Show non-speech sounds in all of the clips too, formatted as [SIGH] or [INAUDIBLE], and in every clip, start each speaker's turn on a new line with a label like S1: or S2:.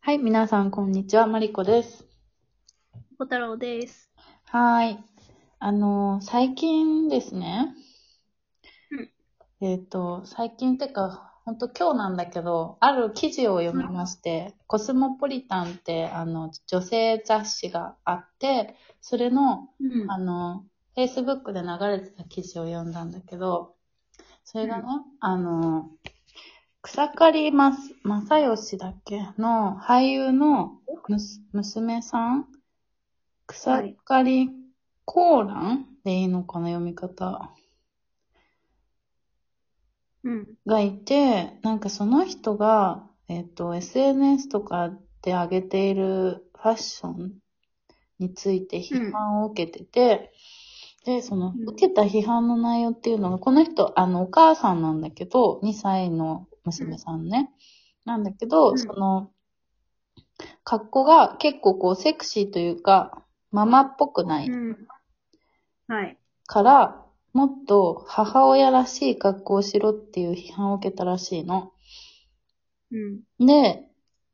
S1: はい、皆さん、こんにちは。マリコです。
S2: 小太郎です。
S1: はーい。あのー、最近ですね。えっ、と、最近ってか、ほんと今日なんだけど、ある記事を読みまして、コスモポリタンって、あの、女性雑誌があって、それの、
S2: うん
S1: あの、Facebook で流れてた記事を読んだんだけど、それがね、あの、草刈ます正義だっけの俳優のむす娘さん草刈コーランでいいのかな読み方
S2: うん。
S1: がいて、なんかその人が、えっ、と、SNS とかで上げているファッションについて批判を受けてて、で、その
S2: う、ん
S1: 受けた批判の内容っていうのが、この人、あの、お母さんなんだけど、2歳の娘さんね。なんだけど、
S2: うん
S1: その、格好が結構こう、セクシーというか、ママっぽくない。
S2: うん。はい。
S1: から、もっと母親らしい格好をしろっていう批判を受けたらしいの。
S2: うん。
S1: で、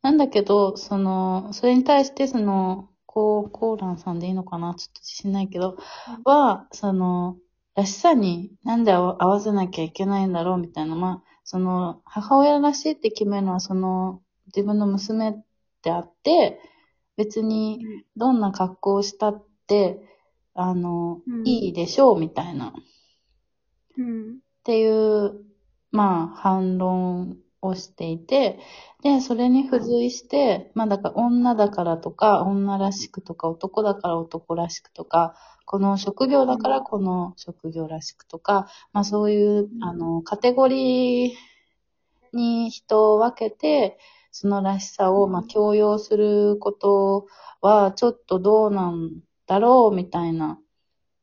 S1: なんだけど、その、それに対して、その、こう、コーランさんでいいのかなちょっと自信ないけど、は、その、らしさになんで合わ合わせなきゃいけないんだろうみたいな、まあ、その、母親らしいって決めるのは、その、自分の娘であって、別にどんな格好をしたって、あの、
S2: うん
S1: いいでしょうみたいな。
S2: うん。
S1: っていう、まあ、反論をしていて、で、それに付随して、まあ、だから女だからとか、女らしくとか、男だから男らしくとか、この職業だからこの職業らしくとか、まあそういう、
S2: ん
S1: あの、カテゴリーに人を分けて、そのらしさを、
S2: うん
S1: まあ強要することは、ちょっとどうなんだろう、みたいな。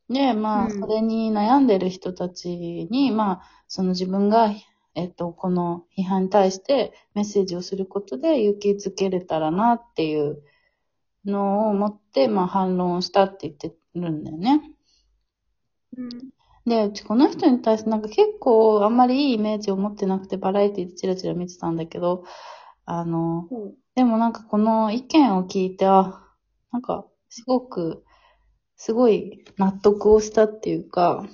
S1: で、ま
S2: う
S1: あ、
S2: ん
S1: それに悩んでる人たちに、まあ、その自分が、えっと、この批判に対してメッセージをすることで勇気づけれたらなっていうのを持って、まあ、反論をしたって言ってるんだよね。
S2: うん。
S1: で、うちこの人に対してなんか結構あんまりいいイメージを持ってなくてバラエティでチラチラ見てたんだけど、あの、
S2: そ
S1: でもなんかこの意見を聞いて、あ、なんかすごく、すごい納得をしたっていうか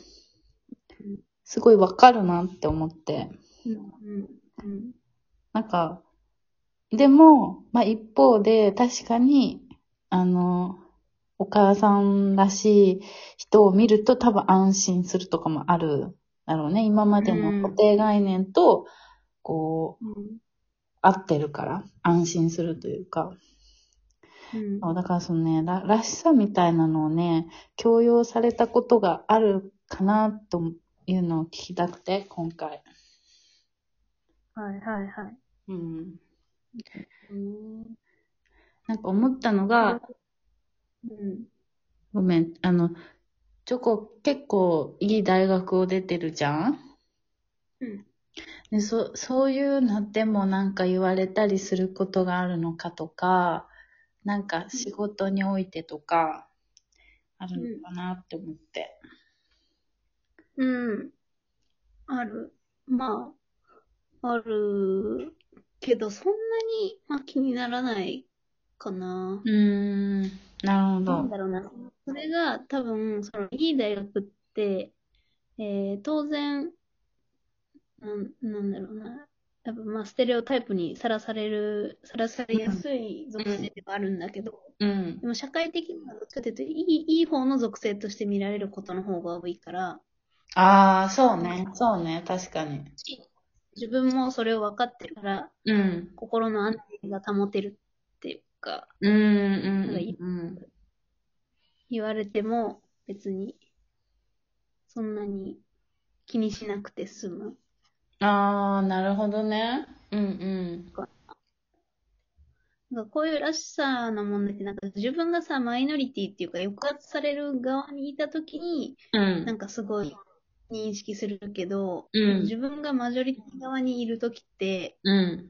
S2: うん、
S1: すごいわかるなって思って。
S2: う。うん。うん。
S1: なんか、でも、まあ一方で確かに、あの、お母さんらしい人を見ると多分安心するとかもあるだろうね。今までの固定概念と、こう、
S2: うん。
S1: 合ってるから安心するというか。
S2: うん。
S1: そうだからそのねら、らしさみたいなのをね、強要されたことがあるかなというのを聞きたくて、今回。
S2: はいはいはい。
S1: うん。
S2: うん。
S1: なんか思ったのが、
S2: うん。
S1: ごめん、あの、チョコ結構いい大学を出てるじゃん
S2: うん。
S1: でそそういうのでもなんか言われたりすることがあるのかとか、なんか仕事においてとか、あるのかなって思って。
S2: うん。ある。まあ、ある。けど、そんなに、まあ、気にならないかな。
S1: うーん、なるほ
S2: なん
S1: ど。
S2: だろうな。それが多分、そのいい大学って、えー当然、なん、なんだろうな。多分、まあ、ステレオタイプにさらされる、さらされやすい属性ではあるんだけど、
S1: うん
S2: で。も社会的にはどっちかというと、いい、いい方の属性として見られることの方が多いから、
S1: ああ、そうね、そうね、確かに。
S2: 自分もそれを分かってるから、
S1: うん。
S2: 心の安定が保てるっていうか、
S1: うん、
S2: なんかいい
S1: うん、うん。
S2: 言われても別にそんなに気にしなくて済む。
S1: ああ、なるほどね。うん、うん。
S2: なんかこういうらしさの問題ってなんか自分がさ、マイノリティっていうか抑圧される側にいた時に
S1: うん
S2: なんかすごい認識するけど、
S1: うん
S2: 自分がマジョリティ側にいる時って
S1: うん。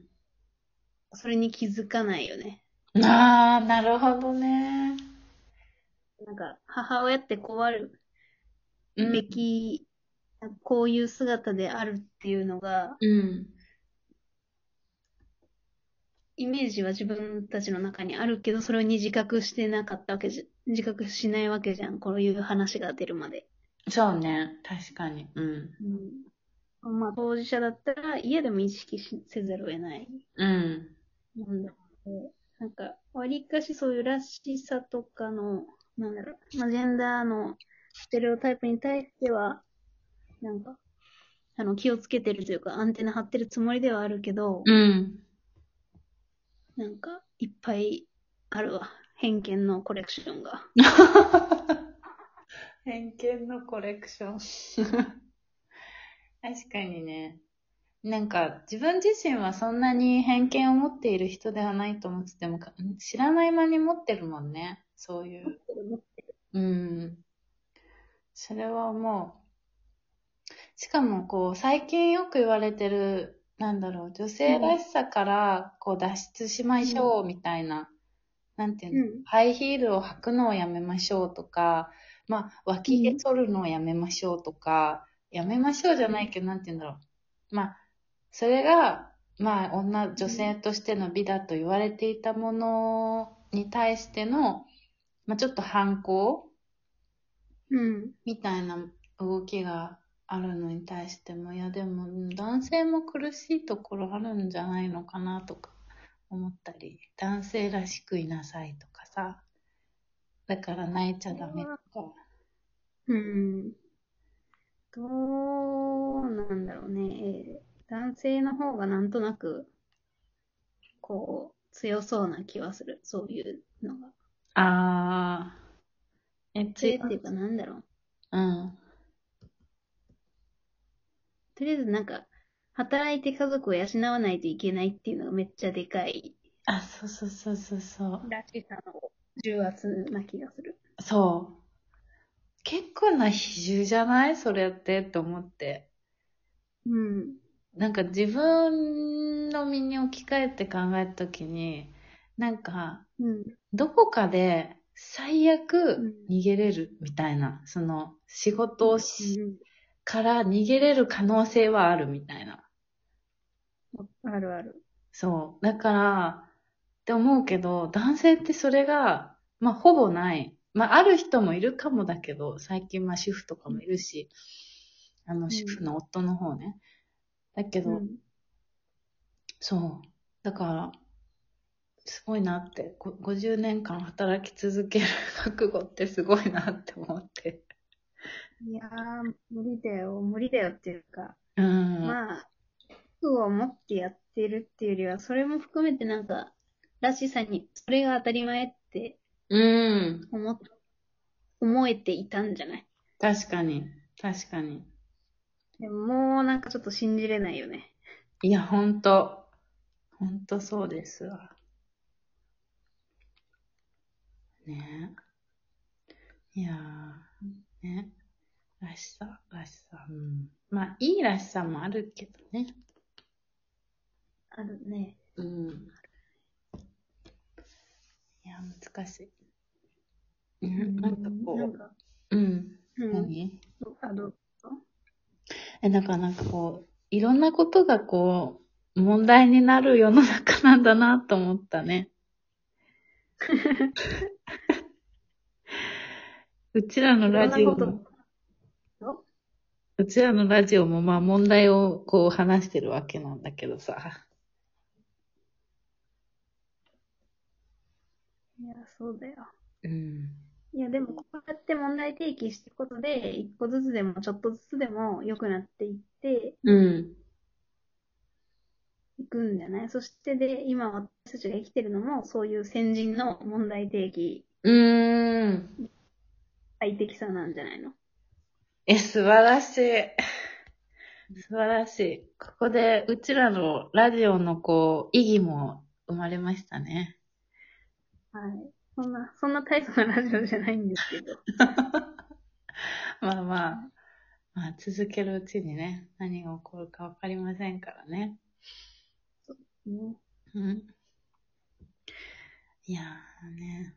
S2: それに気づかないよね。
S1: ああ、なるほどね。
S2: なんか母親ってこうある
S1: う
S2: べ
S1: ん。
S2: き、こういう姿であるっていうのが
S1: うん。
S2: イメージは自分たちの中にあるけど、それに自覚してなかったわけじゃ、自覚しないわけじゃん。こういう話が出るまで。
S1: そうね。確かに。うん。
S2: うん。まあ、当事者だったら、家でも意識しせざるを得ない。
S1: うん。
S2: なんだろうなんか、わりかしそういうらしさとかの、なんだろう、まあ、ジェンダーのステレオタイプに対しては、なんか、あの、気をつけてるというか、アンテナ張ってるつもりではあるけど、
S1: うん。
S2: なんか、いっぱいあるわ。偏見のコレクションが。
S1: [LAUGHS] 偏見のコレクション。 [LAUGHS] 確かにね。なんか、自分自身はそんなに偏見を持っている人ではないと思ってても、か知らない間に持ってるもんね。そういう。うん。それはもう、しかもこう、最近よく言われてる、なんだろう、女性らしさから、こう、脱出しましょう、みたいな、なんていう
S2: う
S1: の、
S2: ん。
S1: ハイヒールを履くのをやめましょうとか、まあ、脇毛剃るのをやめましょうとか、やめましょうじゃないけど、なんて言うんだろう。まあ、それが、まあ、女、女性としての美だと言われていたものに対しての、まあ、ちょっと反抗
S2: うん。
S1: みたいな動きがあるのに対しても、いや、でも、うん男性も苦しいところあるんじゃないのかなとか思ったり、男性らしくいなさいとかさ、だから泣いちゃダメとか。
S2: うん。どうなんだろうね。えー男性の方がなんとなく、こう、強そうな気はする。そういうのが。
S1: あー。え、
S2: 強いっていうかなんだろう。
S1: うん。
S2: とりあえずなんか、働いて家族を養わないといけないっていうのがめっちゃでかい
S1: あ、そうそうそうそうそう。
S2: らしさの重圧な気がする。
S1: そう。結構な比重じゃないそれってと思って。
S2: うん。
S1: なんか自分の身に置き換えて考えたときに、なんか、
S2: うん。
S1: どこかで最悪
S2: うん
S1: 逃げれるみたいな、その仕事をし
S2: うん
S1: から逃げれる可能性はあるみたいな。
S2: あるある。
S1: そう。だから、って思うけど、男性ってそれが、まあ、ほぼない。まあ、ある人もいるかもだけど、最近、まあ、主婦とかもいるし、あの、
S2: ん
S1: 主婦の夫の方ね。だけど、
S2: うん
S1: そう。だから、すごいなって、ご50年間働き続ける覚悟ってすごいなって思って。
S2: いやー、無理だよ。無理だよっていうか。
S1: うん。
S2: まあ、覚悟を持ってやってるっていうよりは、それも含めてなんか、らしさに、それが当たり前って
S1: うん。
S2: 思っ、思えていたんじゃない
S1: 確かに。確かに。
S2: でももうなんかちょっと信じれないよね。
S1: いや、ほんと。ほんとそうですわ。ねえ。いやー、ね。らしさ、らしさ。うん。まあ、いいらしさもあるけどね。
S2: あるね。
S1: うん。いや、難しい。ね、なんか
S2: な
S1: こ
S2: んか
S1: う、うん。
S2: うん。
S1: 何
S2: あの、
S1: え、だからなんかこう、いろんなことがこう、問題になる世の中なんだなと思った
S2: [LAUGHS]
S1: ね。うちらの
S2: いろ
S1: ラ
S2: んな
S1: ジオ
S2: こ
S1: も
S2: と、、
S1: うちらのラジオもまあ問題をこう話してるわけなんだけどさ。
S2: いや、そうだよ。
S1: うん。
S2: いや、でも、こうやって問題提起していくことで、一個ずつでも、ちょっとずつでも良くなっていって、
S1: うん。
S2: いくんじゃないそしてで、今私たちが生きてるのも、そういう先人の問題提起、
S1: うーん。
S2: 最適さなんじゃないの
S1: え、素晴らしい。素晴らしい。ここで、うちらのラジオのこう、意義も生まれましたね。
S2: はい。そんな、そんな大層なラジオじゃないんですけど。
S1: まあまあ、まあ続けるうちにね、何が起こるかわかりませんからね。
S2: ね、
S1: うん。いやーね。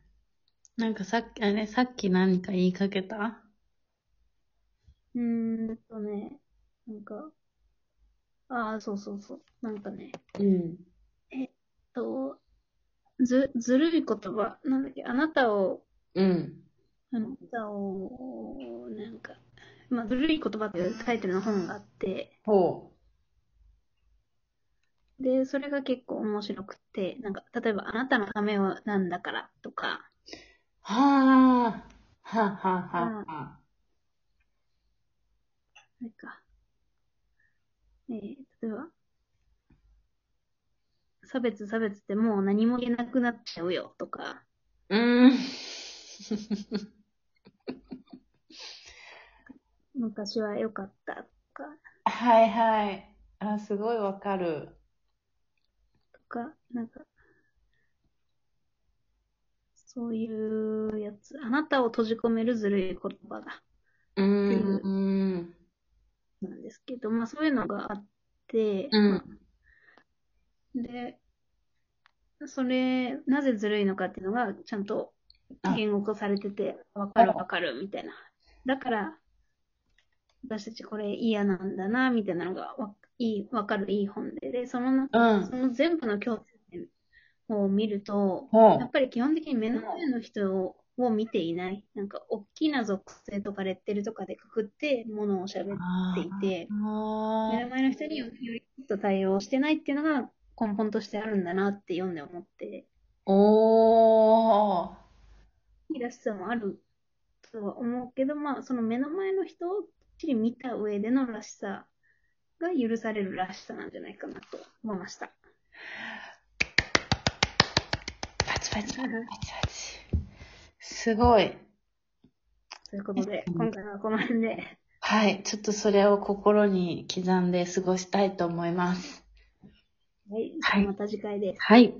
S1: なんかさっき、あれ、さっき何か言いかけた
S2: うーんとね、なんか、ああ、そうそうそう。なんかね、
S1: うん。
S2: と、ず、ずるい言葉、なんだっけ、あなたを、
S1: うん。
S2: あなたを、なんか、まあ、ずるい言葉っていうタイトルの本があって、
S1: ほ
S2: で、それが結構面白くて、なんか、例えば、あなたのためをなんだからとか、
S1: う。はあ。はあはあはあは
S2: なんか、えー例えば、差別差別ってもう何も言えなくなっちゃうよとか、
S1: あ。うーん。
S2: 昔は良かったとか、
S1: はいはい。あ、すごいわかる。
S2: とか、なんか、そういうやつ、あなたを閉じ込めるずるい言葉が、
S1: うーん。
S2: なんですけど、まあそういうのがあって、
S1: うん
S2: まあで、それ、なぜずるいのかっていうのが、ちゃんと
S1: あ
S2: 言語化されてて、わかるわかるみたいな。だから、私たちこれ嫌なんだな、みたいなのがわ、いい、わかるいい本で、で、その中
S1: うん
S2: そ。の全部の共通点を見ると、
S1: ほ
S2: やっぱり基本的に目の前の人をを見ていない。なんか、大きな属性とかレッテルとかでくくって、ものを喋っていて、
S1: あ
S2: 目の前の人によりきっと対応してないっていうのが根本としてあるんだなって読んで思って、
S1: ーおー。
S2: いいらしさもあるとは思うけど、まあ、その目の前の人をきっちり見た上でのらしさが許されるらしさなんじゃないかなと思いました。
S1: パチパチパチパチ。すごい。
S2: ということで、今回はこの辺で。
S1: はい。ちょっとそれを心に刻んで過ごしたいと思います。
S2: はい、
S1: はい
S2: また次回です。
S1: はい。